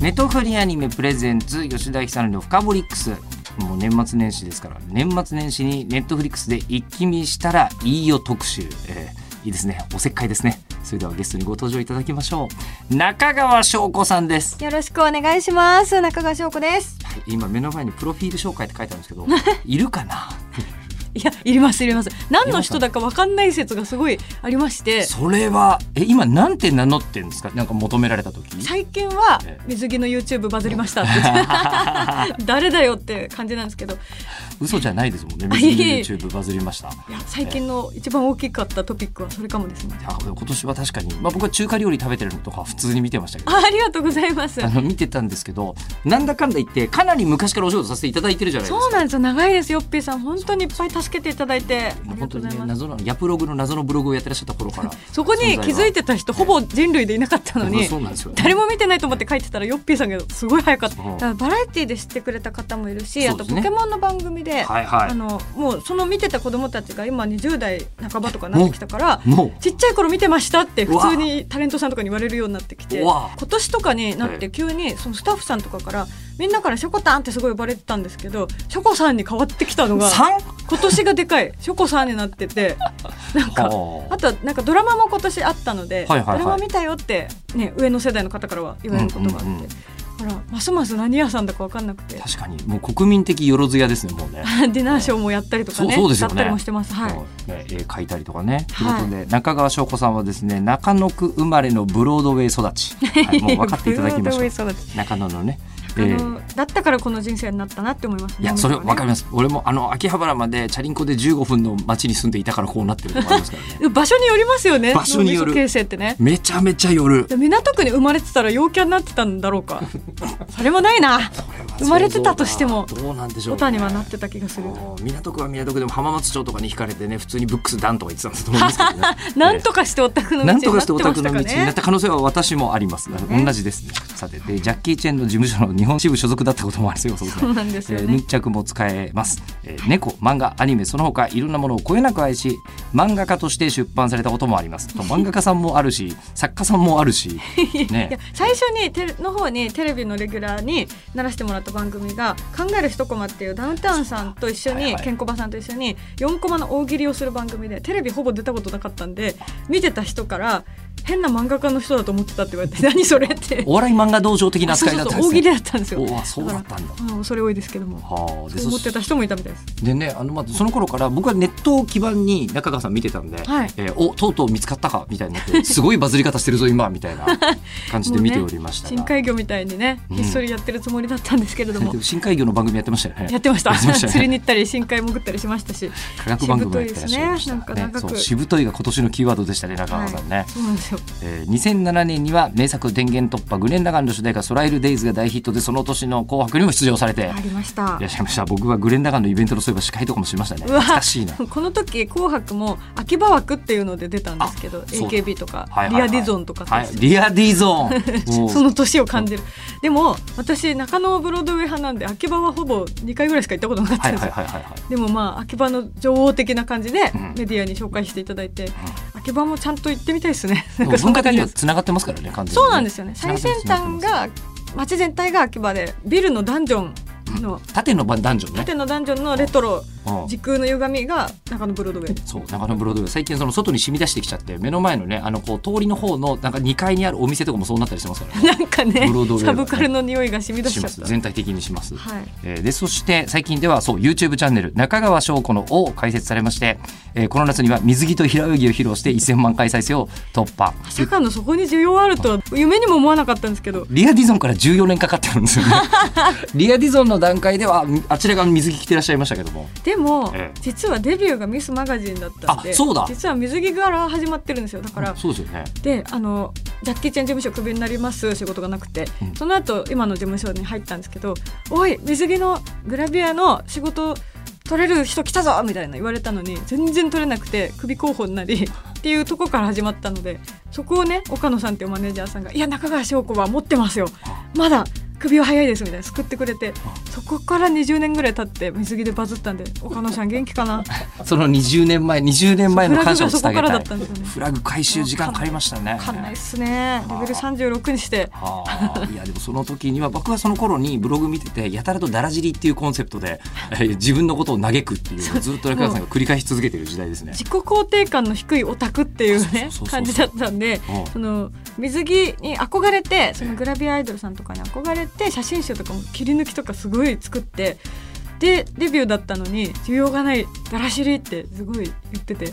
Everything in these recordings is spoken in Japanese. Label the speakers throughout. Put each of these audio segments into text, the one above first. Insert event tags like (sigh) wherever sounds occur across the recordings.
Speaker 1: ネトフリアニメプレゼンツ吉田久典の「深掘りックス」もう年末年始ですから年末年始にネットフリックスで一気見したらいいよ特集、えーいいですねおせっかいですねそれではゲストにご登場いただきましょう中川翔子さんです
Speaker 2: よろしくお願いします。中川翔子です。
Speaker 1: はい今目の前にプロフィール紹介って書いてあるんですけどいるかない
Speaker 2: や、いります、いります。何の人だかわかんない説がすごいありまして。
Speaker 1: それはえ今なんて名乗ってるんですかなんか求められた時
Speaker 2: 最近は
Speaker 1: ええ
Speaker 2: 水着の YouTube バズりましたって言って (laughs) 誰だよって感じなんですけどい
Speaker 1: 嘘じゃないですもんね
Speaker 2: あ
Speaker 1: 水着
Speaker 2: いえいえ
Speaker 1: YouTube バズりました
Speaker 2: や最近の一番大きかったトピックはそれかもですね
Speaker 1: いや今年は確かに、まあ、僕は中華料理食べてるのとか普通に見てましたけど
Speaker 2: あありがとうございます
Speaker 1: あの見てたんですけどなんだかんだ言ってかなり昔からお仕事させていただいてるじゃないですか
Speaker 2: そうなんですよ長いですよっぴーさん本当にいっぱい助けていただいてあ
Speaker 1: もう
Speaker 2: りが
Speaker 1: 本当
Speaker 2: と
Speaker 1: に
Speaker 2: うござい
Speaker 1: ね
Speaker 2: ます
Speaker 1: 謎のヤプログの謎のブログをやってらっしゃった頃から
Speaker 2: そこに気づいてた人ほぼ人類で (laughs) いなかったのに
Speaker 1: そうなんですよね
Speaker 2: 誰も見てないと思って書いてたらヨッピーさんがすごい早かっただ
Speaker 1: そう
Speaker 2: からバラエティで知ってくれた方もいるし、
Speaker 1: そ
Speaker 2: あ
Speaker 1: うで
Speaker 2: と
Speaker 1: す
Speaker 2: ポ
Speaker 1: ね
Speaker 2: ケモンの番組で、
Speaker 1: はいは
Speaker 2: あ
Speaker 1: い
Speaker 2: のもうその見てた子供たちが今20代半ばとかなってきたから。
Speaker 1: もう
Speaker 2: ちっちゃい頃見てましたって普通にタレントさんとかに言われるようになってきて
Speaker 1: うわ
Speaker 2: 今年とかになっ
Speaker 1: ええ
Speaker 2: て急にそのスタッフさんとかからみんなから「ショコタン」ってすごい呼ばれてたんですけ
Speaker 1: (laughs)
Speaker 2: どショコさんに変わってきたのが
Speaker 1: 3?
Speaker 2: 今年がでかいショコさんになっててなんかあとはなんかドラマも今年あったので、
Speaker 1: はいはいはい
Speaker 2: ドラマ見たよって、ね、上の世代の方からは言われることがあって、
Speaker 1: うんうんうん
Speaker 2: ほらますます何屋さんだか分かんなくて
Speaker 1: 確かにもう国民的よろずやですねもうね
Speaker 2: ディナーショーもやったりとかね
Speaker 1: そうそうです
Speaker 2: だ
Speaker 1: よ
Speaker 2: っ
Speaker 1: ね
Speaker 2: たりもしてます、はい、
Speaker 1: こうね、絵描いたりとかね。という
Speaker 2: はい
Speaker 1: ことで、中川翔子さんはですね、中野区生まれのブロードウェイ育ち。はいもう分かっていただき
Speaker 2: (laughs)
Speaker 1: ましょう。
Speaker 2: そうです
Speaker 1: 中野のね。え
Speaker 2: あの
Speaker 1: ー
Speaker 2: だったからこの人生になったなって思います、。
Speaker 1: いや、それ分かりますす。俺もあの秋葉原までチャリンコで15分の街に住んでいたからこうなってるのもありますからね
Speaker 2: 場所によりますよね
Speaker 1: 場所による
Speaker 2: 脳みそ形成ってね
Speaker 1: めちゃめちゃ夜。
Speaker 2: で港区に生まれてたら陽キャになってたんだろう
Speaker 1: (laughs)
Speaker 2: かそれもないな生まれてたとしても
Speaker 1: どうなんでしょう、
Speaker 2: ボ
Speaker 1: ね。
Speaker 2: タンにはなってた気がする
Speaker 1: もう港区は港区でも浜松町とかに惹かれてね普通にブックスダンとか言ってたんだと思うんですけどね
Speaker 2: (laughs) なんとかしてオタクの道
Speaker 1: な
Speaker 2: に
Speaker 1: んと
Speaker 2: な
Speaker 1: か
Speaker 2: っ
Speaker 1: して
Speaker 2: て
Speaker 1: オ
Speaker 2: ま
Speaker 1: タク
Speaker 2: し
Speaker 1: の
Speaker 2: た
Speaker 1: 道
Speaker 2: か
Speaker 1: にな
Speaker 2: ね
Speaker 1: った可能性は私もあります。同じですね。さて、でジャッキー・チェンの事務所の日本支部所属だったこともありそうですね。
Speaker 2: (laughs) そうなんですよ
Speaker 1: え
Speaker 2: ね
Speaker 1: ーヌッチャクも使えます、えー猫漫画アニメその他いろんなものをこよなく愛し漫画家として出版されたこともありますと漫画家さんもあるし作家さんもあるし、
Speaker 2: (laughs) いや
Speaker 1: ね、
Speaker 2: 最初にテレの方にテレビのレギュラーにならしてもらった番組が「考える一コマ」っていうダウンタウンさんと一緒に、
Speaker 1: はいはい
Speaker 2: ケンコバさんと一緒に4コマの大喜利をする番組でテレビほぼ出たことなかったんで見てた人から「変な漫画家の人だと思ってた」って言われて「 (laughs) 何それ?」って
Speaker 1: お笑い漫画道場的な扱いだったん
Speaker 2: そうそ
Speaker 1: です
Speaker 2: うそう大喜利
Speaker 1: ね
Speaker 2: だったんですよ
Speaker 1: おあそうだったんだ
Speaker 2: からうん恐れ多いですけども
Speaker 1: はあで
Speaker 2: そう
Speaker 1: そ
Speaker 2: 思ってた人もいたみたいです
Speaker 1: でねあのまずその頃から僕はネットを基盤に中川さん見てたんで、
Speaker 2: はい
Speaker 1: えーおとうとう見つかったかみたいにな
Speaker 2: (laughs)
Speaker 1: ってすごいバズり方してるぞ今みたいな感じで見ておりま
Speaker 2: (laughs)
Speaker 1: したが
Speaker 2: 深海魚みたいにね
Speaker 1: うん
Speaker 2: ひっそりやってるつもりだったんですけれども、
Speaker 1: でも深海魚の番組やってましたよね
Speaker 2: (laughs) やってました
Speaker 1: (laughs) やってましたね
Speaker 2: 釣りに行ったり深海潜ったりしました
Speaker 1: (laughs)
Speaker 2: し
Speaker 1: 科学番組もやってらっしゃいました
Speaker 2: しぶといですねなんか長く
Speaker 1: そうしぶといが今年のキーワードでしたね中川さんね、
Speaker 2: そうなんですよ
Speaker 1: えー2007年には名作電源突破グレン・ラガンの主題歌「ソライル・デイズ」が大ヒットでその年の「紅白」にも出場されて
Speaker 2: ありました
Speaker 1: いらっしゃいました僕はグレン・ラガンのイベントのそういえば司会とかもしましたね懐かしいな
Speaker 2: この時「紅白」も秋葉枠っていうので出たんですけど
Speaker 1: あそうだ
Speaker 2: AKB とか、
Speaker 1: はいはいはい
Speaker 2: リアディゾンとか、
Speaker 1: はい、リア・ディ
Speaker 2: (laughs)
Speaker 1: ゾーン
Speaker 2: その年を感じるでも私中野ブロードウェイ派なんで秋葉はほぼ2回ぐらいしか行ったことなかった
Speaker 1: は
Speaker 2: ん
Speaker 1: い
Speaker 2: で
Speaker 1: は
Speaker 2: す
Speaker 1: い
Speaker 2: よ、
Speaker 1: はいはいはい
Speaker 2: でもまあ秋葉の女王的な感じで
Speaker 1: うん
Speaker 2: メディアに紹介していただいて、秋葉もちゃんと行ってみたいですねなんかそ
Speaker 1: 文
Speaker 2: んな
Speaker 1: 化
Speaker 2: 感
Speaker 1: 的に
Speaker 2: じで
Speaker 1: は
Speaker 2: す
Speaker 1: つながってますからね完全にね
Speaker 2: そうなんですよね
Speaker 1: 繋
Speaker 2: 最
Speaker 1: がってます繋がっ
Speaker 2: 先端
Speaker 1: て
Speaker 2: が街全体が秋葉でビルのダンジョンの、
Speaker 1: ます縦の番男女ね
Speaker 2: 縦のダンジョンのレトロ
Speaker 1: うん
Speaker 2: 時空の歪みが中野ブロードウェイ
Speaker 1: そう中野ブロードウェイ最近その外に染み出してきちゃって目の前のねあのこう通りの方のなんか2階にあるお店とかもそうなったりしてますからね
Speaker 2: (laughs) なんかね
Speaker 1: ブロードウェイはね
Speaker 2: サブカルの匂いが染み出
Speaker 1: し
Speaker 2: しちゃ
Speaker 1: ま
Speaker 2: っ
Speaker 1: す
Speaker 2: た。
Speaker 1: 全体的にします、
Speaker 2: はい、
Speaker 1: えーでそして最近ではそう YouTube チャンネル中川翔子の「O」を開設されまして、えーこの夏には水着と平泳ぎを披露して1000万回再生を突破
Speaker 2: まさかのそこに需要あるとは夢にも思わなかったんですけど
Speaker 1: リアディゾンから14年かかってるんですよ
Speaker 2: (laughs)
Speaker 1: ねリアディゾンの段階ではあちらが水着着てらっしゃいましたけども
Speaker 2: でも、
Speaker 1: ええ
Speaker 2: 実はデビューがミスマガジンだったんで
Speaker 1: あそうだ
Speaker 2: 実は水着から始まってるんですよだから
Speaker 1: そうですよね
Speaker 2: であのジャッキー・チェン事務所クビになります仕事がなくて、
Speaker 1: うん
Speaker 2: その後今の事務所に入ったんですけど「おい水着のグラビアの仕事取れる人来たぞ!」みたいな言われたのに全然取れなくてクビ候補になりっていうとこから始まったのでそこをね岡野さんっていうマネージャーさんが「いや中川翔子は持ってますよまだ首は早いです」みたいな救ってくれてそこから20年ぐらい経って水着でバズったんで岡野さん元気かな
Speaker 1: その20年前20年前の感謝を伝えたい
Speaker 2: フラグがそこからだったんですよね
Speaker 1: フラグ回収時間かかりましたね
Speaker 2: わかんないっすねレベル36にして
Speaker 1: はあ、いやでもその時には僕はその頃にブログ見ててやたらとだらじりっていうコンセプトで、えー自分のことを嘆くっていうのをずっと中川さんが繰り返し続けてる時代ですね。
Speaker 2: 自己肯定感の低いオタクっていうね
Speaker 1: そうそうそうそう
Speaker 2: 感じだったんで
Speaker 1: うん
Speaker 2: その水着に憧れてそのグラビアアイドルさんとかに憧れて写真集とかも切り抜きとかすごい作ってでデビューだったのに需要がないだらしりってすごい言ってて
Speaker 1: いや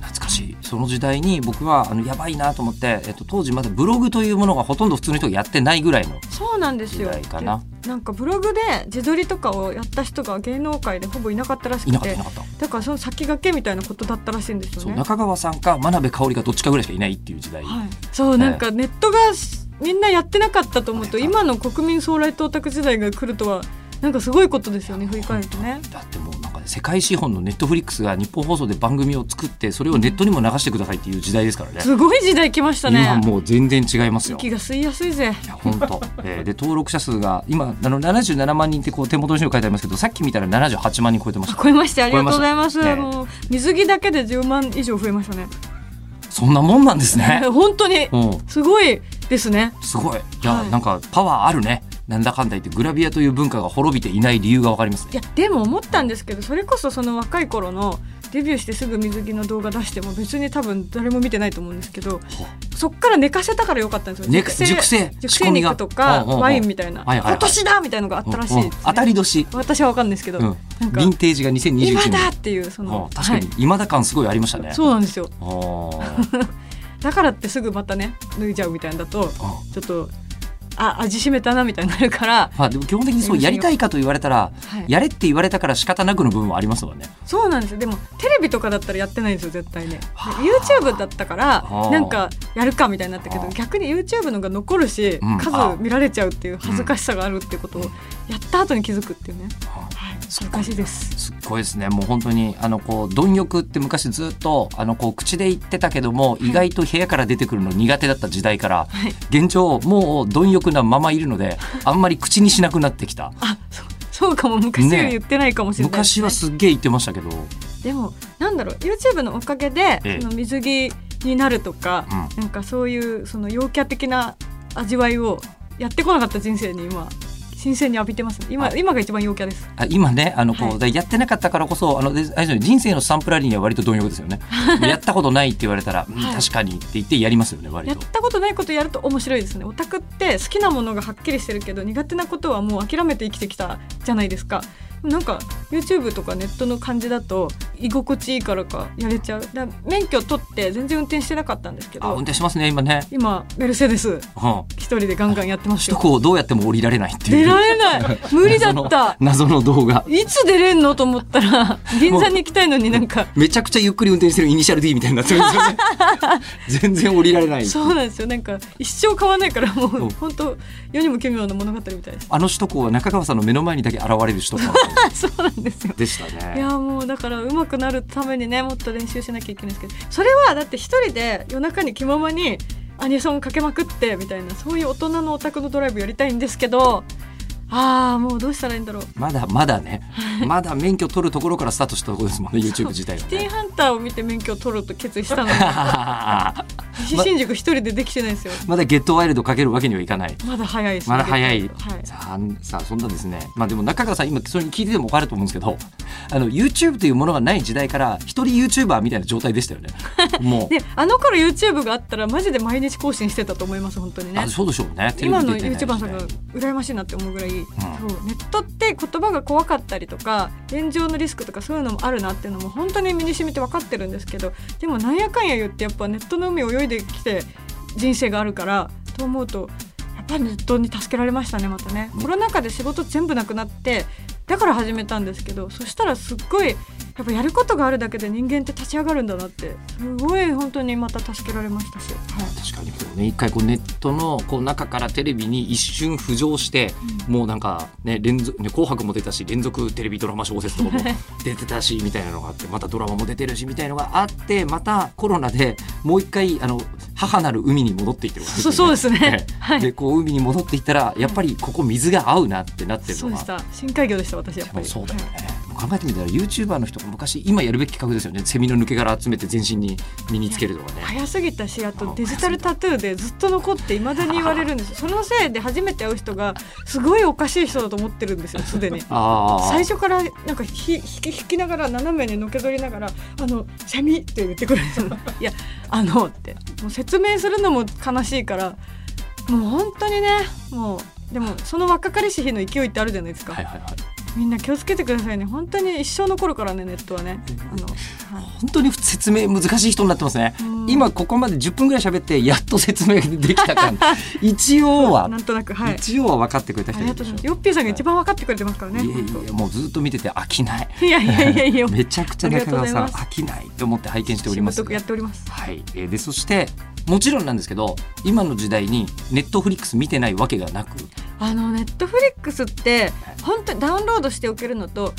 Speaker 1: 懐かしいその時代に僕はあのやばいなと思って、えっと、当時まだブログというものがほとんど普通の人がやってないぐらいの
Speaker 2: そうなんですよ
Speaker 1: 時代かな
Speaker 2: でなんかブログで自撮りとかをやった人が芸能界でほぼいなかったらし
Speaker 1: いな
Speaker 2: く
Speaker 1: かったい
Speaker 2: て
Speaker 1: なかった、
Speaker 2: だからその先駆けみたいなことだったらしいんです
Speaker 1: そ
Speaker 2: よ
Speaker 1: う
Speaker 2: ね。
Speaker 1: 中川さんか真鍋かおりかどっちかぐらいしかいないっていう時代、
Speaker 2: はい、そうなんかネットがみんなやってなかったと思うと今の国民総来到達時代が来るとはなんかすごいことですよね振り返るとね。
Speaker 1: だってもうなんかね世界資本のネットフリックスが日本放送で番組を作ってそれをネットにも流してくださいっていう時代ですからね
Speaker 2: すごい時代来ました
Speaker 1: 今
Speaker 2: ね。
Speaker 1: もう全然違いますよ
Speaker 2: 息が吸いやすいぜ。
Speaker 1: いや本当、えーで登録者数が今あの77万人ってこう手元の資料書いてありますけどさっき見たら78万人超えてました
Speaker 2: 超えましてありがとうございます。
Speaker 1: 超えましたね
Speaker 2: もう水着だけで10万以上増えましたね。
Speaker 1: そんなもんなんですね
Speaker 2: (laughs) 本当に
Speaker 1: うん
Speaker 2: すごいですね。
Speaker 1: すごいいや、
Speaker 2: はい
Speaker 1: なんかパワーあるねなんだかんだ言ってグラビアという文化が滅びていない理由がわかります
Speaker 2: い
Speaker 1: ね
Speaker 2: やでも思ったんですけどそれこそその若い頃のデビューしてすぐ水着の動画出しても別に多分誰も見てないと思うんですけどそっから寝かせたから良かったんですよ
Speaker 1: 寝か熟成
Speaker 2: 熟
Speaker 1: 仕込
Speaker 2: 成
Speaker 1: みが
Speaker 2: 肉とか
Speaker 1: うんうんうん
Speaker 2: ワインみたいな、
Speaker 1: はいはいはい
Speaker 2: 今年だみたいのがあったらしいですね、
Speaker 1: うんうん当たり年、
Speaker 2: 私はわかんないですけど、
Speaker 1: うん、
Speaker 2: なんか
Speaker 1: ヴィンテージが2021
Speaker 2: 今
Speaker 1: 年
Speaker 2: だっていうその
Speaker 1: うん、確かに今だ感すごいありましたね、
Speaker 2: はいそうなんですよ
Speaker 1: う
Speaker 2: だからってすぐまたね脱いじゃうみたいなのだとちょっとあ味しめたなみたいになるから、
Speaker 1: まあでも基本的にそうやりたいかと言われたら
Speaker 2: はい
Speaker 1: やれって言われたから仕方なくの部分はありますもんね
Speaker 2: そうなんですよでもテレビとかだったらやってないんですよ絶対ねで
Speaker 1: はあ
Speaker 2: YouTube だったから
Speaker 1: はあ
Speaker 2: なんかやるかみたいになったけ
Speaker 1: は
Speaker 2: ど
Speaker 1: あ
Speaker 2: 逆に YouTube のが残るし
Speaker 1: うん
Speaker 2: 数見られちゃうっていう恥ずかしさがあるってことを
Speaker 1: うん
Speaker 2: やった後に気づくっていうね
Speaker 1: は
Speaker 2: はい恥ずかしいです
Speaker 1: すっごいですねもう本当にあのこう貪欲って昔ずっとあのこう口で言ってたけども意外と部屋から出てくるの苦手だった時代から
Speaker 2: はい
Speaker 1: 現状もう貪欲なままいるのであんまり口にしなくなってき
Speaker 2: (laughs)
Speaker 1: た
Speaker 2: あそうそうかも昔より言ってないかもしれないで
Speaker 1: 昔
Speaker 2: すね
Speaker 1: はすっげえ言ってましたけど、
Speaker 2: でもなんだろう YouTube のおかげで
Speaker 1: ええ
Speaker 2: その水着になるとか
Speaker 1: うん
Speaker 2: なんかそういうその陽キャ的な味わいをやってこなかった人生に今新鮮に浴びてますね今
Speaker 1: あ
Speaker 2: 今が一番陽キャです
Speaker 1: あ今ねあのこう、
Speaker 2: はい
Speaker 1: でやってなかったからこそあのであれですよね人生のスタンプラリーには割と貪欲です
Speaker 2: (laughs)
Speaker 1: よねやったことないって言われたら、うん
Speaker 2: はい
Speaker 1: 確かにって言ってやりますよね割
Speaker 2: やっ
Speaker 1: と。
Speaker 2: たことないことやると面白いですねオタクって好きなものがはっきりしてるけど苦手なことはもう諦めて生きてきたじゃないですかなんか YouTube とかネットの感じだと居心地いいからかやれちゃうだ免許取って全然運転してなかったんですけ
Speaker 1: あ運
Speaker 2: ど
Speaker 1: 転しますね今ね、
Speaker 2: 今メルセデス
Speaker 1: うん、
Speaker 2: 一人でガンガンやってます
Speaker 1: 首都
Speaker 2: よ
Speaker 1: 高をどうやっても降りられないっていう
Speaker 2: 出られない無理だった
Speaker 1: 謎の謎の動画
Speaker 2: いつ出れんのと思ったら銀座に行きたいのになんか
Speaker 1: めちゃくちゃゆっくり運転してるイニシャル D みたいになってるんです
Speaker 2: (laughs)
Speaker 1: よね全然降りられない
Speaker 2: そうなんですよなんか一生買わないからも
Speaker 1: うん
Speaker 2: う本当世にも奇妙な物語みたいです
Speaker 1: あの首都高は中川さんの目の前にだけ現れる首都高
Speaker 2: (laughs) そうなんですよ
Speaker 1: でした
Speaker 2: (laughs) い
Speaker 1: ね
Speaker 2: やもうだから上手くなるためにねもっと練習しなきゃいけないんですけどそれはだって一人で夜中に気ままにアニソンかけまくってみたいなそういう大人のオタクのドライブやりたいんですけどああもうどうしたらいいんだろう
Speaker 1: まだまだねまだ免許取るところからスタートしたところですもんね YouTube 自体
Speaker 2: (laughs) キ
Speaker 1: が
Speaker 2: ティ
Speaker 1: ね
Speaker 2: ーハンターを見て免許を取ろうと決意した
Speaker 1: (laughs)
Speaker 2: のに西新宿一人でできてないんですよ
Speaker 1: まだゲットワイルドかけるわけにはいかない
Speaker 2: まだ早いですね
Speaker 1: まだ早い、
Speaker 2: はい
Speaker 1: さあさあそんなですねまあでも中川さん今それに聞いてても分かると思うんですけどあの YouTube というものがない時代から一人 YouTuber みたいな状態でしたよ
Speaker 2: (laughs)
Speaker 1: ねもう
Speaker 2: であの頃 YouTube があったらマジで毎日更新してたと思います本当にね
Speaker 1: あそうでしょうね
Speaker 2: 今の
Speaker 1: テレビ出てない
Speaker 2: YouTuber
Speaker 1: 時
Speaker 2: さ
Speaker 1: 代
Speaker 2: んが羨ましいなって思うぐらい、そうネットって言葉が怖かったりとか炎上のリスクとかそういうのもあるなっていうのも本当に身に染みて分かってるんですけどでもなんやかんや言ってやっぱネットの海を泳いできて人生があるからと思うとやっぱりネットに助けられましたねまたね。コロナ禍で仕事全部なくなってだから始めたんですけどそしたらすっごいやっぱやることがあるだけで人間って立ち上がるんだなってすごい本当にまた助けられましたし、はい
Speaker 1: 確かにこうね一回こうネットのこう中からテレビに一瞬浮上して、もうなんかね連続ね紅白も出たし連続テレビドラマ小説とか
Speaker 2: (laughs)
Speaker 1: も出てたしみたいなのがあってまたドラマも出てるしみたいなのがあってまたコロナでもう一回あの母なる海に戻っていってるわけ
Speaker 2: そうそうですね
Speaker 1: ね。
Speaker 2: はい
Speaker 1: でこう海に戻っていったらやっぱりここ水が合うなってなってる
Speaker 2: そ
Speaker 1: の
Speaker 2: うで
Speaker 1: が
Speaker 2: した深海魚でした私やっぱり
Speaker 1: そうだよね、考えてみたら YouTuber の人が昔今やるべき企画ですよねセミの抜け殻集めて全身に身につけるとかね
Speaker 2: はい早すぎたしあとデジタルタトゥーでずっと残っていまだに言われるんですよそのせいで初めて会う人がすごいおかしい人だと思ってるんですよすでに
Speaker 1: (laughs) ああ
Speaker 2: 最初からなんかひ引き引きながら斜めにのけぞりながら「あのセミ」って言ってくる
Speaker 1: (laughs)
Speaker 2: んですよ「いやあの」ってもう説明するのも悲しいからもう本当にねもうでもその若かりし日の勢いってあるじゃないですか、
Speaker 1: はいはいはい
Speaker 2: みんな気をつけてくださいね本当に一生残るからねネットはねあの、はい
Speaker 1: 本当に説明難しい人になってますね
Speaker 2: うん
Speaker 1: 今ここまで10分ぐらい喋ってやっと説明できた
Speaker 2: (laughs)
Speaker 1: 感一応は
Speaker 2: なんとなくはい
Speaker 1: 一応は分かってくれた
Speaker 2: あ
Speaker 1: 人
Speaker 2: り
Speaker 1: いる
Speaker 2: がと
Speaker 1: で
Speaker 2: うござ
Speaker 1: し
Speaker 2: い
Speaker 1: ょ
Speaker 2: ます。ヨッピーさんが一番分かってくれてますからね。
Speaker 1: いやいやいやもうずっと見てて飽きない
Speaker 2: いやいやいやいや。
Speaker 1: めちゃくちゃ中川さん
Speaker 2: ありがとうございます
Speaker 1: 飽きないと思って拝見しております
Speaker 2: しぶとくやっております。
Speaker 1: はい、えーでそしてもちろんなんですけど今の時代にネットフリックス見てないわけがなく
Speaker 2: あのネットフリックスって本当にダウンロードしておけるのと。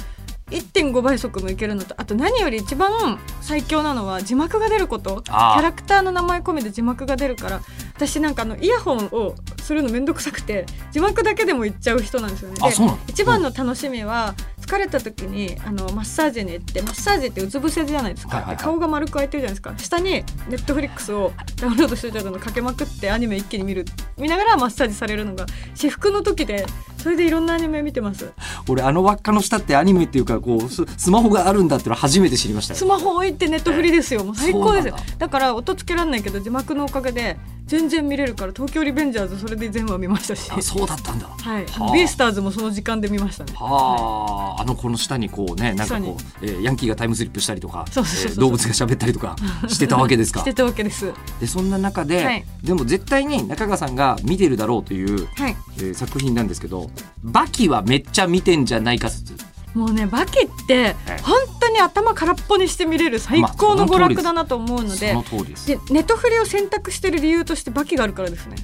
Speaker 2: 1.5倍速もいけるのとあと何より一番最強なのは字幕が出ることキ
Speaker 1: あー
Speaker 2: ャラクターの名前込めて字幕が出るから私なんかあのイヤホンをするのめんどくさくて字幕だけでもいっちゃう人なんですよね。
Speaker 1: あ
Speaker 2: で
Speaker 1: そうなの
Speaker 2: 一番の楽しみは疲れた時にあのマッサージに行ってマッサージってうつ伏せじゃないですか、
Speaker 1: はいはいはい
Speaker 2: で顔が丸く開いてるじゃないですか下にネットフリックスをダウンロードしてたのかけまくってアニメ一気に見る見ながらマッサージされるのが私服の時でそれでいろんなアニメ見てます
Speaker 1: 俺あの輪っかの下ってアニメっていうかこうススマホがあるんだっていうのは初めて知りましたよ
Speaker 2: スマホ置いてネットフリですよもう最高ですよ
Speaker 1: そうな
Speaker 2: だ
Speaker 1: んだ
Speaker 2: から音つけられないけど字幕のおかげで全然見れるから「東京リベンジャーズ」それで全話見ましたし
Speaker 1: あそうだったんだ
Speaker 2: はい、
Speaker 1: はあ
Speaker 2: ビースターズもその時間で見ましたね
Speaker 1: はあ、あのこの下にこうねなんかこう、えーヤンキーがタイムスリップしたりとか
Speaker 2: そうそうそうそう
Speaker 1: えー動物が喋ったりとかしてたわけです
Speaker 2: (laughs) し
Speaker 1: か
Speaker 2: てたわけです
Speaker 1: でそんな中で、
Speaker 2: はい
Speaker 1: でも絶対に中川さんが見てるだろうという、
Speaker 2: はい
Speaker 1: えー作品なんですけど「バキはめっちゃ見てんじゃないか説」
Speaker 2: もうねバキって
Speaker 1: ええ
Speaker 2: 本当に頭空っぽにして見れる最高の娯楽だなと思うの
Speaker 1: そ
Speaker 2: で,、
Speaker 1: の通りです
Speaker 2: でネットフリを選択してる理由としてバキがあるからですね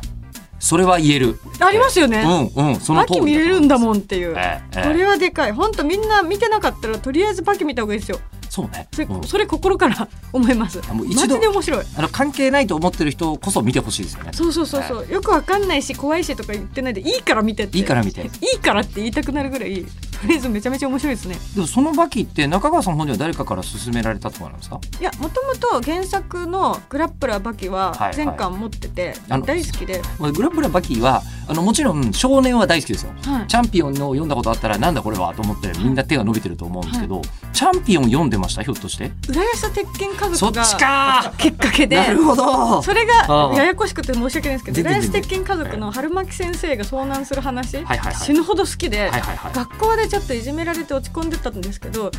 Speaker 1: それは言える
Speaker 2: ありますよね、
Speaker 1: うんうんその
Speaker 2: バ
Speaker 1: 通り
Speaker 2: キ見れるんだ
Speaker 1: ん、
Speaker 2: もんっていう、
Speaker 1: ええええ
Speaker 2: これはでかい本当みんな見てなかったらとりあえずバキ見た方がいいですよ
Speaker 1: そうね、
Speaker 2: それ,、
Speaker 1: うん
Speaker 2: それ心から思います
Speaker 1: もう一
Speaker 2: マ
Speaker 1: 度
Speaker 2: ジで面白い
Speaker 1: あの関係ないと思ってる人こそ見てほしいですよね
Speaker 2: そうそうそうそうよくわかんないし怖いしとか言ってないでいいから見てって
Speaker 1: いいから見て
Speaker 2: いいからって言いたくなるぐらいとりあえずめちゃめちゃ面白いですね
Speaker 1: でもそのバキって中川さん本人は誰かから勧められたとかなんですか
Speaker 2: いやもともと原作の「グラップラーバキ」は
Speaker 1: はいはい
Speaker 2: 全巻持ってて、
Speaker 1: あの
Speaker 2: 大好きで、
Speaker 1: まあグラブラバキはあのもちろん少年は大好きですよ
Speaker 2: はい
Speaker 1: チャンピオンを読んだことあったらなんだこれはと思ってみんな手が伸びてると思うんですけど、チャンピオン読んでましたひょっとして
Speaker 2: 浦安鉄拳家
Speaker 1: そ
Speaker 2: 族
Speaker 1: っ
Speaker 2: が
Speaker 1: ちか
Speaker 2: きっかけ
Speaker 1: ー
Speaker 2: で
Speaker 1: なるほど
Speaker 2: それ
Speaker 1: あ
Speaker 2: が
Speaker 1: あ
Speaker 2: ややこしくて申し訳ないんですけど
Speaker 1: 全
Speaker 2: 浦
Speaker 1: 然
Speaker 2: 安鉄拳家族の春巻先生が遭難する話、
Speaker 1: はいはいはい
Speaker 2: 死ぬほど好きで、
Speaker 1: はいはいはい
Speaker 2: 学校でちょっといじめられて落ち込んでたんですけど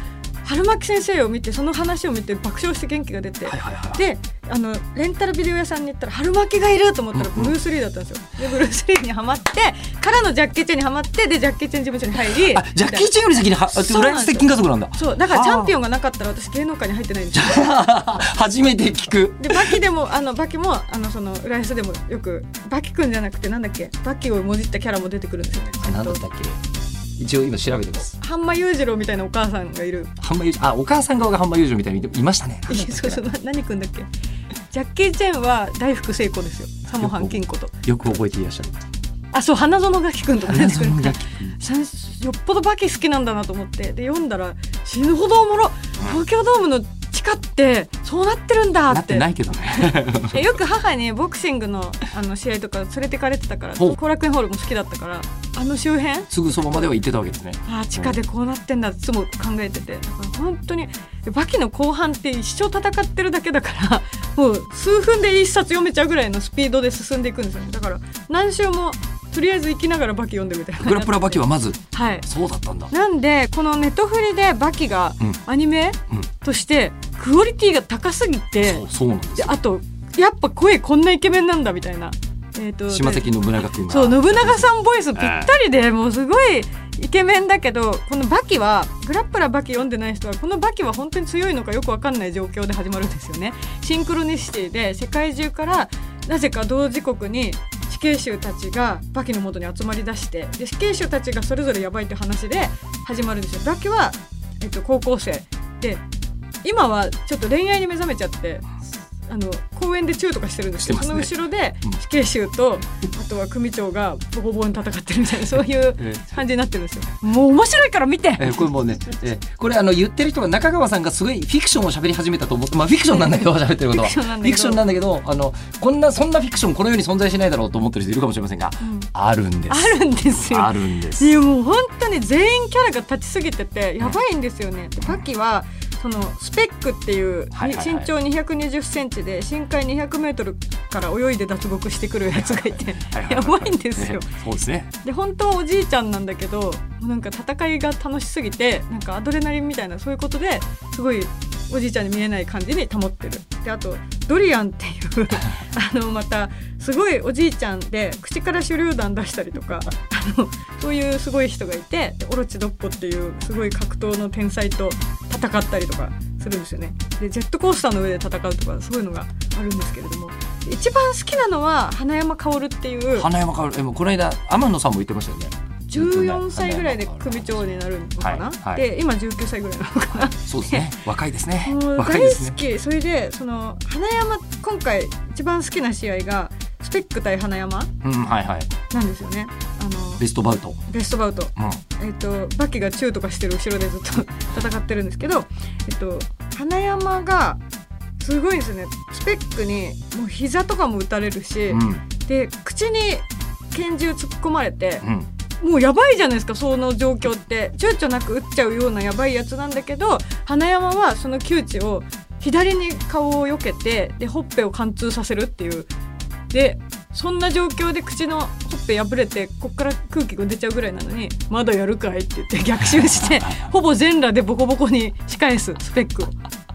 Speaker 2: 春巻先生を見てその話を見て爆笑して元気が出て。
Speaker 1: はいはいはい
Speaker 2: であのレンタルビデオ屋さんに行ったら春巻きがいると思ったら
Speaker 1: うんう
Speaker 2: ブ
Speaker 1: ん
Speaker 2: ルース・リーだったんですよ。でブルース・リーにはまってからのジャッキー・チェンにはまってでジャッキー・チェン事務所に入り
Speaker 1: あジャッキー・チェンより先にはあ
Speaker 2: そ
Speaker 1: 浦
Speaker 2: うなんですよ
Speaker 1: 安鉄筋家族なんだ
Speaker 2: そうだからチャンピオンがなかったら私芸能界に入ってないんです
Speaker 1: (laughs)
Speaker 2: よ。
Speaker 1: 初めて聞く
Speaker 2: でバキでもあのバキもあのその浦安でもよくバキくんじゃなくてなんだっけバキをもじったキャラも出てくるんですよね。
Speaker 1: あ何だったっけ一応今調べてます
Speaker 2: 半馬裕次郎みたいなお母さんがいる。
Speaker 1: 半馬友あお母さん側が半馬友情みたいにいましたね
Speaker 2: いや (laughs) そうそうな何くんだっけ。ジャッキー・チェンは大福聖子ですよ。サモハン金子と。
Speaker 1: よく覚えていらっしゃる
Speaker 2: あそう花園ガキくんとか出てくる。
Speaker 1: ジャッ
Speaker 2: さんよっぽどバキ好きなんだなと思ってで読んだら死ぬほどおもろ東京ドームの地下ってそうなってるんだ
Speaker 1: な
Speaker 2: っ
Speaker 1: って
Speaker 2: て
Speaker 1: ないけどね
Speaker 2: えよく母にボクシングのあの試合とか連れてかれてたから
Speaker 1: ほう
Speaker 2: 後楽園ホールも好きだったからあの周辺
Speaker 1: すぐそばまでは行ってたわけですね
Speaker 2: あー地下でこうなってんだっていつも考えててだから本当にバキの後半って一生戦ってるだけだから (laughs) もう数分で一冊読めちゃうぐらいのスピードで進んでいくんですよねだから何週もとりあえず行きながらバキ読んでみたいな
Speaker 1: グラプラバキはまず
Speaker 2: はい
Speaker 1: そうだったんだ
Speaker 2: なんでこのネットフリでバキが
Speaker 1: うん
Speaker 2: アニメ
Speaker 1: うん
Speaker 2: としてクオリティが高すぎて、
Speaker 1: そうそうなんです
Speaker 2: で
Speaker 1: よ
Speaker 2: あとやっぱ声こんなイケメンなんだみたたいな。えーと
Speaker 1: 島崎信長君が
Speaker 2: そう信長さんボイスぴったりでもうすごいイケメンだけどこのバキはグラップラバキ読んでない人はこのバキは本当に強いのかよくわかんない状況で始まるんですよねシンクロニシティで世界中からなぜか同時刻に死刑囚たちがバキの元に集まりだしてで死刑囚たちがそれぞれやばいって話で始まるんですよバキは、えっと、高校生で今はちょっと恋愛に目覚めちゃってあの公園でチューとかしてるんですけど、
Speaker 1: して
Speaker 2: そ
Speaker 1: ま
Speaker 2: の
Speaker 1: す
Speaker 2: 後ろで
Speaker 1: うん
Speaker 2: 死刑囚と、あとは組長がボコボコに戦ってるみたいなそういう
Speaker 1: えー
Speaker 2: 感じになってるんですよもう面白いから見て
Speaker 1: えーこれもうね、えーこれあの言ってる人が中川さんがすごいフィクションを喋り始めたと思って、まあフィクションなんだ
Speaker 2: (laughs)
Speaker 1: けど喋ってることは。
Speaker 2: フィクションなんだけど
Speaker 1: フィクションなんだけど、あのこんなそんなフィクションこの世に存在しないだろうと思ってる人いるかもしれませんが、
Speaker 2: うん
Speaker 1: あるんです。
Speaker 2: あるんですよ
Speaker 1: あるんです。
Speaker 2: いやもう本当に全員キャラが立ちすぎててやばいんですよね。でパキはそのスペックっていう、
Speaker 1: はいはいはい
Speaker 2: 身長2 2 0センチで深海2 0 0メートルから泳いで脱獄してくるやつがいてやばいんですよ
Speaker 1: え。ーそうですね。
Speaker 2: で本当はおじいちゃんなんだけどもうなんか戦いが楽しすぎてなんかアドレナリンみたいなそういうことですごいおじいちゃんに見えない感じに保ってるであとドリアンっていう (laughs) あのまたすごいおじいちゃんで口から手榴弾出したりとかあのそういうすごい人がいてでオロチドッポっていうすごい格闘の天才と戦ったりとかするんですよねでジェットコースターの上で戦うとかそういうのがあるんですけれども一番好きなのは花山薫っていう
Speaker 1: 花山薫、えーもうこの間天野さんも言ってましたよね。
Speaker 2: 14歳ぐらいで組長になるのかな、
Speaker 1: はいはい
Speaker 2: で今19歳ぐらいなのかな
Speaker 1: そうですね。若いですね
Speaker 2: もう。
Speaker 1: (laughs) 若
Speaker 2: 大
Speaker 1: いです
Speaker 2: 好
Speaker 1: ね。
Speaker 2: き、それでその花山今回一番好きな試合がスペック対花山
Speaker 1: うんはいはい。
Speaker 2: なんですよねあの
Speaker 1: ベストバウト。
Speaker 2: ベストバウト
Speaker 1: うん。
Speaker 2: えっとバキがチューとかしてる後ろでずっと (laughs) 戦ってるんですけど、えっと、花山がすごいんですよねスペックにもう膝とかも打たれるし、
Speaker 1: うん
Speaker 2: で口に拳銃突っ込まれて、
Speaker 1: うん。
Speaker 2: もうやばいじゃないですかその状況って躊躇なく打っちゃうようなやばいやつなんだけど花山はその窮地を左に顔を避けてでほっぺを貫通させるっていうでそんな状況で口のほっぺ破れてこっから空気が出ちゃうぐらいなのに「まだやるかい?」って言って逆襲してほぼ全裸でボコボコに仕返すスペックを。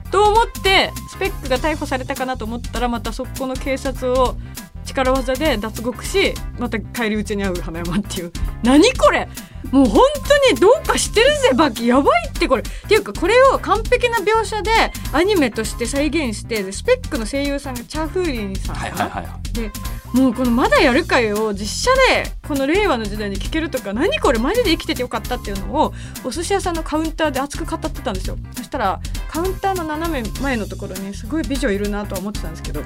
Speaker 2: と思ってスペックが逮捕されたかなと思ったらまた速攻の警察を力技で脱獄しまた返り討ちに遭う花山っていう何これもう本当にどうかしてるぜバキやばいってこれっていうかこれを完璧な描写でアニメとして再現してでスペックの声優さんがチャーフーリンさんか
Speaker 1: は
Speaker 2: ない
Speaker 1: はいはいはい。
Speaker 2: でもうこの「まだやるかよ」を実写でこの令和の時代に聞けるとか何これマジで生きててよかったっていうのをお寿司屋さんのカウンターで熱く語ってたんですよそしたらカウンターの斜め前のところにすごい美女いるなとは思ってたんですけど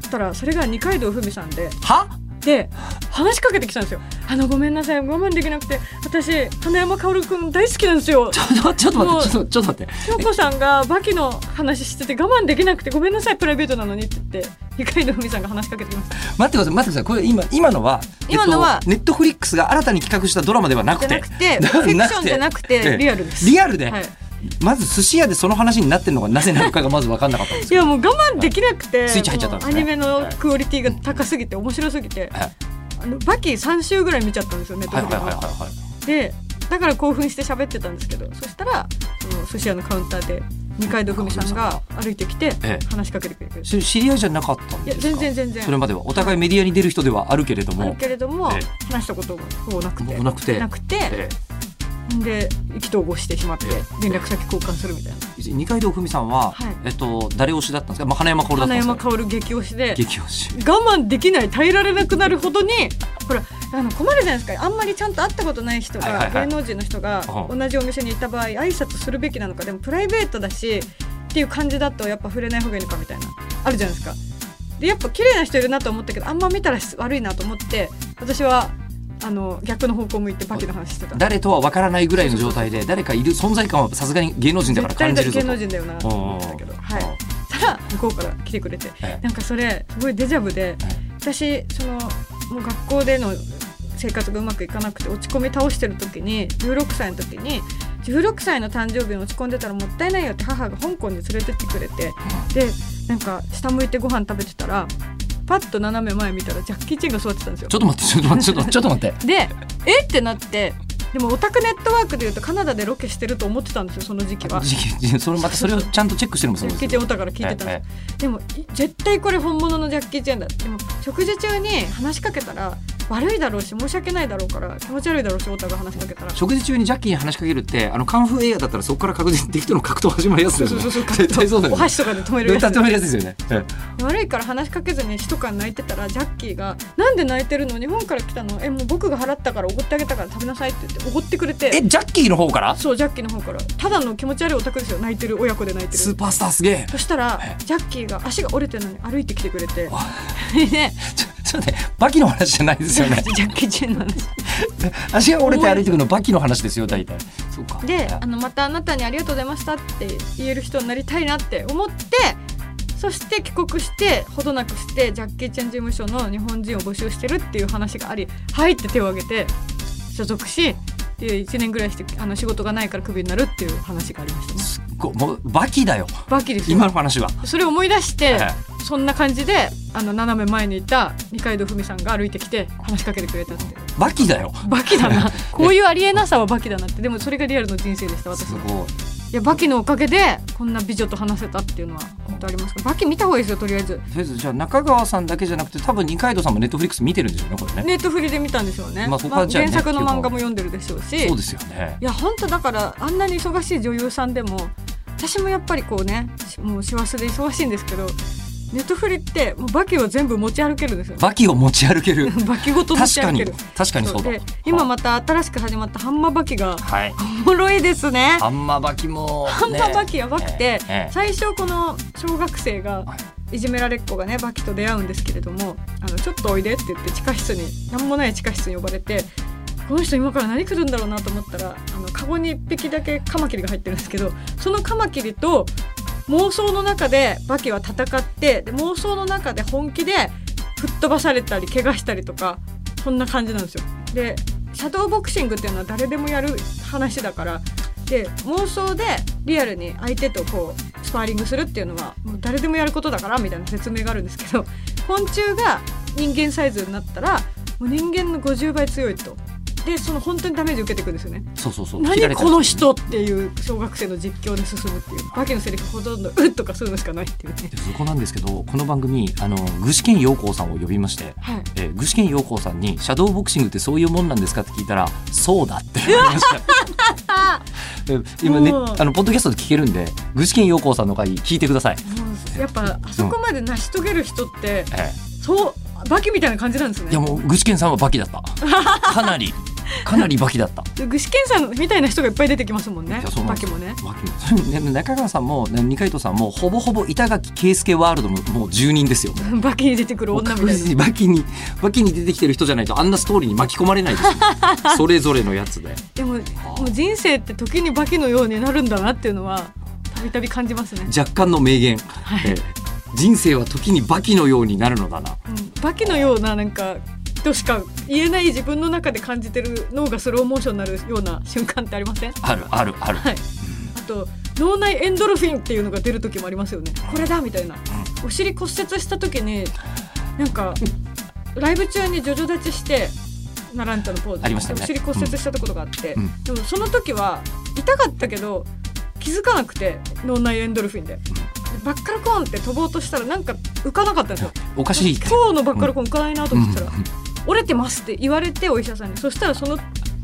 Speaker 2: そしたらそれが二階堂ふみさんで
Speaker 1: は？ (laughs)
Speaker 2: で話しかけてきたんですよ「あのごめんなさい我慢できなくて私花山薫君大好きなんですよ」
Speaker 1: ちょちょっと
Speaker 2: もう
Speaker 1: 待ってちょっとちょっと待って。
Speaker 2: 京子さんがバキの話してて我慢できなくてごめんなさいプライベートなのにって言って二階堂ふみさんが話しかけてきました。
Speaker 1: 待ってください待ってくださいこれ今今のは
Speaker 2: 今のは
Speaker 1: えっと、ネットフリックスが新たに企画したドラマではなく
Speaker 2: じゃ
Speaker 1: て
Speaker 2: なく
Speaker 1: (laughs)
Speaker 2: て、
Speaker 1: な
Speaker 2: フィクションじゃなく
Speaker 1: ええ
Speaker 2: て、リアルです。
Speaker 1: リアルで、
Speaker 2: はい。
Speaker 1: まず寿司屋でその話になってるのがなぜなのかがまず分かんなかったんです
Speaker 2: い
Speaker 1: けど
Speaker 2: やもう我慢できなくて、
Speaker 1: スイッチ入っちゃったんですね
Speaker 2: もうアニメのクオリティが高すぎて面白すぎて、
Speaker 1: はい
Speaker 2: あのバキ3週ぐらい見ちゃったんですよね。
Speaker 1: はいはいはい
Speaker 2: ドラ
Speaker 1: はい
Speaker 2: マ
Speaker 1: はい
Speaker 2: でだから興奮して喋ってたんですけど、そしたらその寿司屋のカウンターで二階堂ふみさんが歩いてきて
Speaker 1: ええ
Speaker 2: 話しかけてくれる。
Speaker 1: それ知り合いじゃなかったん
Speaker 2: い
Speaker 1: です
Speaker 2: や
Speaker 1: か
Speaker 2: 全然全然
Speaker 1: それまではお互いメディアに出る人ではあるけれど
Speaker 2: ある
Speaker 1: も
Speaker 2: けれども
Speaker 1: え
Speaker 2: 話したこともなくて、
Speaker 1: なくて
Speaker 2: なくて
Speaker 1: え
Speaker 2: で意気投合してしまって
Speaker 1: え
Speaker 2: 連絡先交換するみたいな。
Speaker 1: え二階堂ふみさんは、
Speaker 2: はい
Speaker 1: えっと誰推しだったんですか、まあ、花山薫だった
Speaker 2: 花
Speaker 1: んです
Speaker 2: 山
Speaker 1: か
Speaker 2: 薫激推しで。
Speaker 1: 激推し
Speaker 2: 我慢できない耐えられなくなるほどにほらあの困るじゃないですかあんまりちゃんと会ったことない人が、
Speaker 1: はいはいはい
Speaker 2: 芸能人の人が
Speaker 1: うん
Speaker 2: 同じお店にいた場合挨拶するべきなのかでもプライベートだしっていう感じだとやっぱ触れない方がいいのかみたいなあるじゃないですかでやっぱ綺麗な人いるなと思ったけどあんま見たら悪いなと思って私はあの逆の方向向いてバキの話してた
Speaker 1: 誰とは分からないぐらいの状態で誰かいる存在感はさすがに芸能人だから
Speaker 2: 絶対
Speaker 1: 感じるぞ
Speaker 2: 芸
Speaker 1: と
Speaker 2: 能人だよなと思ってたけど、
Speaker 1: うん
Speaker 2: はい
Speaker 1: うん、
Speaker 2: そしたら向こうから来てくれて
Speaker 1: ええ
Speaker 2: なんかそれすごいデジャブで、
Speaker 1: はい
Speaker 2: 私そのもう学校での生活がうまくいかなくて落ち込み倒してる時に16歳の時に16歳の誕生日に落ち込んでたらもったいないよって母が香港に連れてってくれてでなんか下向いてご飯食べてたらパッと斜め前見たらジャッキー・チェンが座ってたんですよ
Speaker 1: ちょっと待ってちょっと待ってちょっとちょっと待って
Speaker 2: でえってなってでもオタクネットワークでいうとカナダでロケしてると思ってたんですよその時期はジ
Speaker 1: 時期それまたそれをちゃんとチェックしてるのもそ
Speaker 2: ャ
Speaker 1: うで
Speaker 2: ッ
Speaker 1: す
Speaker 2: キー・チェンオタから聞いてたんです
Speaker 1: ええ
Speaker 2: でもい絶対これ本物のジャッキー・チェンだでも食事中に話しかけたら悪いだろうし申し訳ないだろうから気持ち悪いだろうし太田が話しかけたら
Speaker 1: 食事中にジャッキーに話しかけるってあのカンフー映画だったらそこから確実に敵との格闘始まるやつで
Speaker 2: そ
Speaker 1: す
Speaker 2: うそ
Speaker 1: よ
Speaker 2: う
Speaker 1: ね
Speaker 2: そうそう
Speaker 1: 絶対そうだよ
Speaker 2: お
Speaker 1: ね
Speaker 2: 箸とかで止める
Speaker 1: 絶対
Speaker 2: やつ
Speaker 1: 止めるやつですよね、え
Speaker 2: 悪いから話しかけずに一缶泣いてたらジャッキーが「なんで泣いてるの日本から来たのえもう僕が払ったからおごってあげたから食べなさい」って言っておごってくれ
Speaker 1: え
Speaker 2: て
Speaker 1: ジャッキーの方から
Speaker 2: そうジャッキーの方からただの気持ち悪いオタクですよ泣いてる親子で泣いて
Speaker 1: スー
Speaker 2: る
Speaker 1: パースターすげ (laughs) え
Speaker 2: そしたら
Speaker 1: え
Speaker 2: ジャッキーが足が折れてるのに歩いてきてく
Speaker 1: (laughs)
Speaker 2: れて
Speaker 1: あ
Speaker 2: ね
Speaker 1: ちょちょっとねバキの話じゃないです
Speaker 2: (laughs) ジ
Speaker 1: よ
Speaker 2: ャ
Speaker 1: (laughs) ね
Speaker 2: ッキーチェンの話
Speaker 1: 足が折れて歩いてくるのバキの話ですよ大体そうか
Speaker 2: であのまたあなたにありがとうございましたって言える人になりたいなって思ってそして帰国してほどなくしてジャッキー・チェン事務所の日本人を募集してるっていう話があり「はい」って手を挙げて所属しで1年ぐらいしてあの仕事がないからクビになるっていう話がありましたね。
Speaker 1: すっごいもうバキだよ
Speaker 2: バキですよ
Speaker 1: 今の話は、
Speaker 2: それを思い出して
Speaker 1: え
Speaker 2: そんな感じであの斜め前にいた二階堂ふみさんが歩いてきて話しかけてくれたっていう
Speaker 1: えバキだよ
Speaker 2: バキだなこういうありえなさはバキだなってでもそれがリアルの人生でした私
Speaker 1: す
Speaker 2: の。
Speaker 1: ごい
Speaker 2: いやバキのおかげでこんな美女と話せたっていうのは本当ありますからバキ見た方がいいですよとりあえず
Speaker 1: とりあえずじゃあ中川さんだけじゃなくて多分二階堂さんもネットフリックス見てるんでしょうねこれね
Speaker 2: ネットフリで見たんでしょうね,、
Speaker 1: まあそこはじゃあね
Speaker 2: 原作の漫画も読んでるでしょうし
Speaker 1: そうですよね
Speaker 2: いや本当だからあんなに忙しい女優さんでも私もやっぱりこうねしもう師走で忙しいんですけどネットフリってもうバキを全部持ち歩けるんですよ
Speaker 1: バキを持ち歩ける
Speaker 2: バキごと (laughs) 持
Speaker 1: 確
Speaker 2: ち
Speaker 1: か
Speaker 2: 歩
Speaker 1: に
Speaker 2: ける
Speaker 1: 確かにそうだ
Speaker 2: で今また新しく始まったハンマーバキが
Speaker 1: はい
Speaker 2: おもろいですね
Speaker 1: ハンマーバキも、ね、
Speaker 2: ハンマーバキやばくて、
Speaker 1: えええ
Speaker 2: 最初この小学生が
Speaker 1: はい
Speaker 2: いじめられっ子がねバキと出会うんですけれどもあのちょっとおいでって言って地下室に何もない地下室に呼ばれてこの人今から何来るんだろうなと思ったらあのカゴに1匹だけカマキリが入ってるんですけどそのカマキリと妄想の中でバキは戦ってで妄想の中で本気で吹っ飛ばされたり怪我したりとかそんな感じなんですよ。でシャドーボクシングっていうのは誰でもやる話だからで妄想でリアルに相手とこうスパーリングするっていうのはもう誰でもやることだからみたいな説明があるんですけど (laughs) 昆虫が人間サイズになったらもう人間の50倍強いと。でその本当にダメージ受けていくんですよね
Speaker 1: そうそうそう切ら
Speaker 2: 何
Speaker 1: れた
Speaker 2: この人っていう小学生の実況で進むっていうバキのセリフほとんど「うっ」とかするのしかないってい
Speaker 1: (laughs)
Speaker 2: うね
Speaker 1: でそこなんですけどこの番組あの具志堅用高さんを呼びまして、
Speaker 2: はい
Speaker 1: えー具志堅用高さんに「シャドーボクシングってそういうもんなんですか?」って聞いたら「そうだ」って言われま
Speaker 2: (laughs)
Speaker 1: した。で今ね
Speaker 2: うん
Speaker 1: あのポッドキャストで聞けるんで具志堅用高さんの回聞いてください。
Speaker 2: もうやっぱあそこまで成し遂げる人って、
Speaker 1: え
Speaker 2: そうバキみたいな感じなんです
Speaker 1: え
Speaker 2: ね
Speaker 1: いやもう具志堅さんはバキだった。
Speaker 2: (laughs)
Speaker 1: かなりかなりバキだった。
Speaker 2: 具志堅さんみたいな人がいっぱい出てきますもんね
Speaker 1: いやそうなん
Speaker 2: バ
Speaker 1: で
Speaker 2: キ
Speaker 1: す
Speaker 2: もね
Speaker 1: バキもでも中川さんもね二階堂さんもほぼほぼ板垣圭介ワールドももう住人ですよ。もう
Speaker 2: (laughs) バキに出てくる女みた
Speaker 1: 確
Speaker 2: い
Speaker 1: 実にバキにバキに出てきてる人じゃないとあんなストーリーに巻き込まれないです
Speaker 2: (laughs)
Speaker 1: よそれぞれのやつで。
Speaker 2: でももう人生って時にバキのようになるんだなっていうのはたびたび感じますね、
Speaker 1: 若干の名言、えー人生は時にバキのようになるのだな
Speaker 2: うん、バキのようななんかとしか言えない自分の中で感じてる脳がスローモーションになるような瞬間ってありません
Speaker 1: あるあるある、
Speaker 2: はいあと脳内エンドルフィンっていうのが出る時もありますよねこれだみたいなお尻骨折した時になんかライブ中にジョジョ立ちしてナランタのポーズ
Speaker 1: ありましたね
Speaker 2: でお尻骨折したところがあって、
Speaker 1: うん
Speaker 2: でもその時は痛かったけど気づかなくて脳内エンドルフィンで。でバッカルコーンって飛ぼうとしたらなんか浮かなかったんですよ
Speaker 1: おかしいって
Speaker 2: 今日のバッカルコーン浮かないなと
Speaker 1: うん
Speaker 2: 思ってたら、折れてますって言われてお医者さんにそしたらその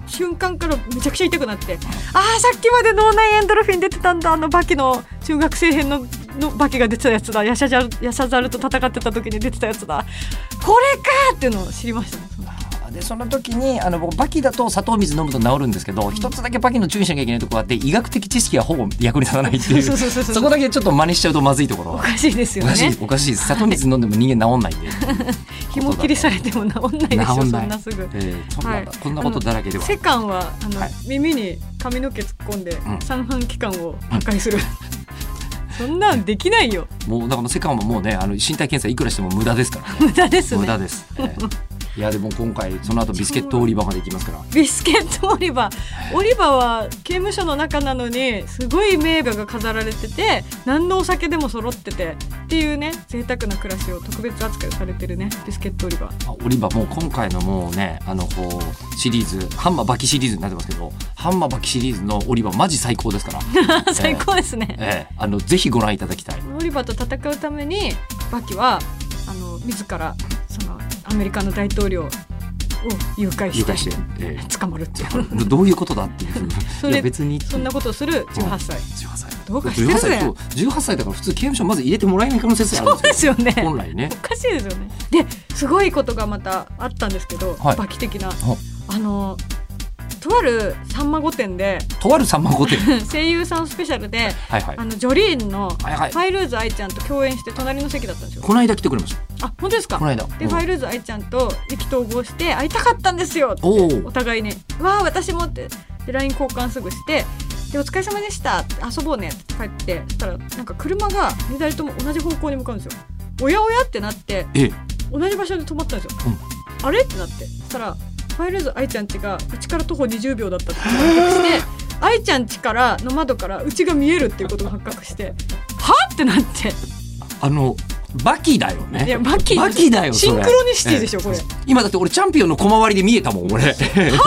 Speaker 2: 瞬間からめちゃくちゃ痛くなってあーさっきまで脳内エンドルフィン出てたんだあのバキの中学生編ののバキが出てたやつだヤシャザルヤシャザルと戦ってた時に出てたやつだこれかーっていうのを知りましたね
Speaker 1: でその時にあの僕バキだと砂糖水飲むと治るんですけど一、つだけバキの注意しなきゃいけないところがあって医学的知識はほぼ役に立たないっていう
Speaker 2: (laughs) そうそうそうそう
Speaker 1: そこだけちょっと真似しちゃうとまずいところ
Speaker 2: おかしいです
Speaker 1: お
Speaker 2: よ
Speaker 1: かしい
Speaker 2: ね
Speaker 1: おかしいです砂糖水飲んでも人間治んないんで、
Speaker 2: (laughs) 紐切りされても治んないでしょそ
Speaker 1: 治
Speaker 2: ん
Speaker 1: んない
Speaker 2: なすぐ
Speaker 1: えー (laughs) そんな
Speaker 2: はい
Speaker 1: こんなことだらけでは
Speaker 2: セカンはあの、
Speaker 1: はい
Speaker 2: 耳に髪の毛突っ込んで、
Speaker 1: ん
Speaker 2: 三半規管を破壊する、そんなんできないよ
Speaker 1: もうだからもうセカンはもうねあの身体検査いくらしても無駄ですから、ね、
Speaker 2: 無駄です
Speaker 1: 無
Speaker 2: ね
Speaker 1: 駄です、えーいやでも今回その後ビスケット売り場まで行きますから
Speaker 2: ビスケットオリバーオリバーは刑務所の中なのにすごい名画が飾られてて何のお酒でも揃っててっていうね贅沢な暮らしを特別扱いされてるねビスケットオリバー
Speaker 1: あオリバーもう今回のもうねあのこうシリーズハンマーバキシリーズになってますけどハンマーバキシリーズのオリバーマジ最高です
Speaker 2: (laughs)
Speaker 1: から、 (laughs)
Speaker 2: 最高ですね、
Speaker 1: ええ、あのぜひご覧いただきたい
Speaker 2: オリバーと戦うためにバキはあの自らそのアメリカの大統領誘拐
Speaker 1: 誘
Speaker 2: して
Speaker 1: 拐して、ええ
Speaker 2: 捕まるっていう
Speaker 1: どういうことだっていうふうに
Speaker 2: そ
Speaker 1: い
Speaker 2: れ
Speaker 1: や別に
Speaker 2: そんなことをする18歳
Speaker 1: 18歳
Speaker 2: どうかしてる
Speaker 1: 18
Speaker 2: ぜ
Speaker 1: 歳と18歳だから普通刑務所まず入れてもらえない可能性ある
Speaker 2: そ
Speaker 1: ん
Speaker 2: う
Speaker 1: で
Speaker 2: ですすよね
Speaker 1: よ本来ね
Speaker 2: おかしいですよねですごいことがまたあったんですけど、
Speaker 1: はい
Speaker 2: 馬騎的なあのとある「さんま御殿」で (laughs)
Speaker 1: とあるさんま御殿
Speaker 2: 声優さんスペシャルで
Speaker 1: はいはい
Speaker 2: あのジョリーンの
Speaker 1: はいはい
Speaker 2: ファイルーズ愛ちゃんと共演して隣の席だったんですよ
Speaker 1: この間来てくれました
Speaker 2: あ本当ですか
Speaker 1: この間
Speaker 2: で、
Speaker 1: うん
Speaker 2: ファイルーズ愛ちゃんと意気投合して会いたかったんですよって
Speaker 1: お
Speaker 2: お
Speaker 1: お
Speaker 2: 互いに「わあ私も」ってで LINE 交換すぐして「でお疲れ様でした」って遊ぼうね」って帰ってそしたらなんか車が2人とも同じ方向に向かうんですよ。おやおやってなって
Speaker 1: ええ
Speaker 2: 同じ場所で止まったんですよ。あれってなってそしたらファイルーズ愛ちゃん家がうちから徒歩20秒だったっ
Speaker 1: (laughs)
Speaker 2: て発覚して愛ちゃん家からの窓からうちが見えるっていうことが発覚してはってなって
Speaker 1: あのバキだよね
Speaker 2: いやマキ
Speaker 1: バキだよそ
Speaker 2: シ
Speaker 1: れ
Speaker 2: ンクロニシティでしょこれ。
Speaker 1: 今だって俺チャンピオンの小回りで見えたもん俺
Speaker 2: は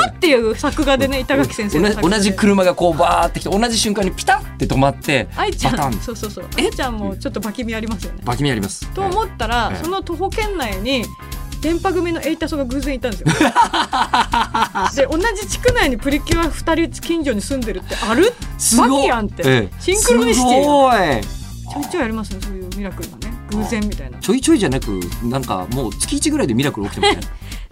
Speaker 2: っていう作画でね板垣先生の作画
Speaker 1: 同
Speaker 2: で
Speaker 1: じ同じ車がこうバーってきて同じ瞬間にピタって止まって
Speaker 2: 愛ち
Speaker 1: バタ
Speaker 2: ゃ
Speaker 1: ン
Speaker 2: んそうそうそう
Speaker 1: え
Speaker 2: 愛ちゃんもちょっとバキ見ありますよね
Speaker 1: バキ見あります
Speaker 2: と思ったら、
Speaker 1: ええ
Speaker 2: その徒歩圏内に電波組のエイタソが偶然いたんです
Speaker 1: (laughs)
Speaker 2: よで同じ地区内にプリキュア2人近所に住んでるってある
Speaker 1: すごい
Speaker 2: バキやんって
Speaker 1: ええ
Speaker 2: シンクロニシティ
Speaker 1: すごい
Speaker 2: ちょいちょいありますねそういうミラクルがね偶然みたいな
Speaker 1: ちょいちょいじゃなくなんかもう月1ぐらいでミラクル起きてます
Speaker 2: (laughs)
Speaker 1: ね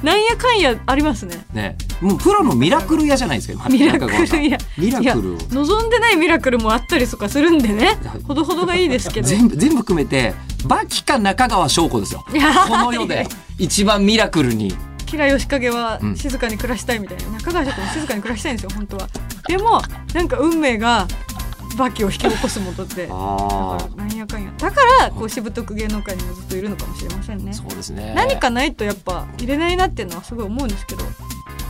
Speaker 2: なんやかんやありますね
Speaker 1: ねもうプロのミラクル屋じゃないですか今
Speaker 2: (laughs) ミラク
Speaker 1: なんかこうさ
Speaker 2: ルや
Speaker 1: ミラクルを
Speaker 2: 望んでないミラクルもあったりとかするんでね
Speaker 1: いや
Speaker 2: ほどほどがいいです
Speaker 1: (laughs)
Speaker 2: けど
Speaker 1: 全部全部含めてバキか中川翔子
Speaker 2: (laughs)
Speaker 1: ですよ
Speaker 2: いや
Speaker 1: この世で一番ミラクルに
Speaker 2: 吉良義景は
Speaker 1: うん
Speaker 2: 静かに暮らしたいみたいな、中川翔子も静かに暮らしたいんですよ本当はでもなんか運命がバキを引き起こすものでだ
Speaker 1: あ
Speaker 2: か
Speaker 1: ー
Speaker 2: らなんやかんやだからこうしぶとく芸能界にもずっといるのかもしれませんね
Speaker 1: そうですね
Speaker 2: 何かないとやっぱ入れないなっていうのはすごい思うんですけど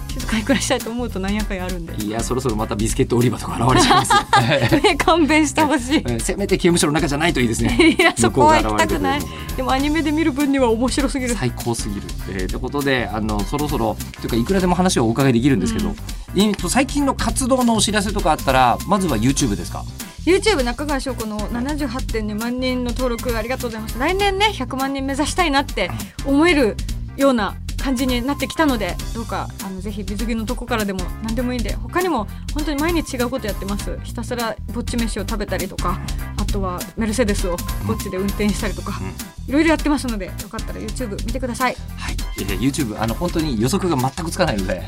Speaker 2: 静かに暮らしたいと思うとなんやかんやあるんで
Speaker 1: いやそろそろまたビスケットオリバーとか現れちゃいます
Speaker 2: (laughs)
Speaker 1: よ
Speaker 2: ね勘弁してほしい
Speaker 1: えーせめて刑務所の中じゃないといいですね
Speaker 2: (laughs) いやそこは行きたくない
Speaker 1: 向こうが現れてくるのも
Speaker 2: でもアニメで見る分には面白すぎる
Speaker 1: 最高すぎる。えー、ということであのそろそろというかいくらでも話をお伺いできるんですけど、
Speaker 2: うん
Speaker 1: えーと最近の活動のお知らせとかあったらまずは YouTube ですか
Speaker 2: YouTube 中川翔子の78.2万人の登録ありがとうございます来年ね100万人目指したいなって思えるような感じになってきたのでどうかあのぜひ水着のとこからでも何でもいいんで他にも本当に毎日違うことやってますひたすらぼっち飯を食べたりとかあとはメルセデスをぼっちで運転したりとか
Speaker 1: うん
Speaker 2: いろいろやってますのでよかったら YouTube 見てください
Speaker 1: はい、えー YouTube あの本当に予測が全くつかないので。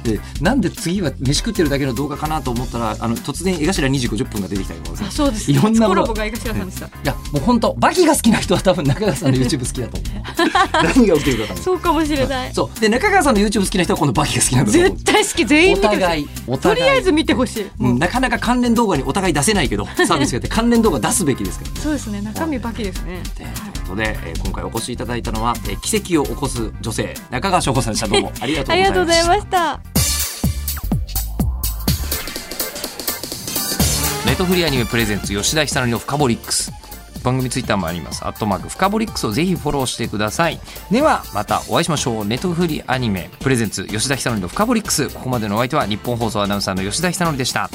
Speaker 1: でなんで次は飯食ってるだけの動画かなと思ったらあの突然江頭2時50分が出てきたりとかで
Speaker 2: あ
Speaker 1: すね
Speaker 2: そうです
Speaker 1: いろんなもの
Speaker 2: コラボが江頭さんでした
Speaker 1: いやもう本当バキが好きな人は多分中川さ
Speaker 2: (laughs)
Speaker 1: んの YouTube 好きだと思う何が起きてるか分かんない
Speaker 2: そうかもしれない
Speaker 1: そうで中川さんの YouTube 好きな人は今度バキが好きなんだと思う
Speaker 2: 絶対好き全員
Speaker 1: お
Speaker 2: 見てほし
Speaker 1: 互
Speaker 2: い
Speaker 1: いお
Speaker 2: と
Speaker 1: 互い
Speaker 2: りあえず見てほしいも
Speaker 1: う
Speaker 2: うん
Speaker 1: なかなか関連動画にお互い出せない
Speaker 2: (laughs)
Speaker 1: けどサービスがあって関連動画出すべきですからね。
Speaker 2: そうですね中身バキですね
Speaker 1: ということで、えー今回お越しいただいたのは、えー奇跡を起こす女性中川翔子さんでしたどう
Speaker 2: (laughs)
Speaker 1: もありがと
Speaker 2: あ
Speaker 1: うご
Speaker 2: り
Speaker 1: ざい
Speaker 2: がとう
Speaker 1: ま
Speaker 2: ござ
Speaker 1: した
Speaker 2: いました
Speaker 1: ネットフリーアニメプレゼンツ吉田ひさのりのフカボリックス番組ツイッターもありますアットマークフカボリックスをぜひフォローしてくださいではまたお会いしましょうネットフリーアニメプレゼンツ吉田ひさのりのフカボリックスここまでのお相手は日本放送アナウンサーの吉田ひさのりでした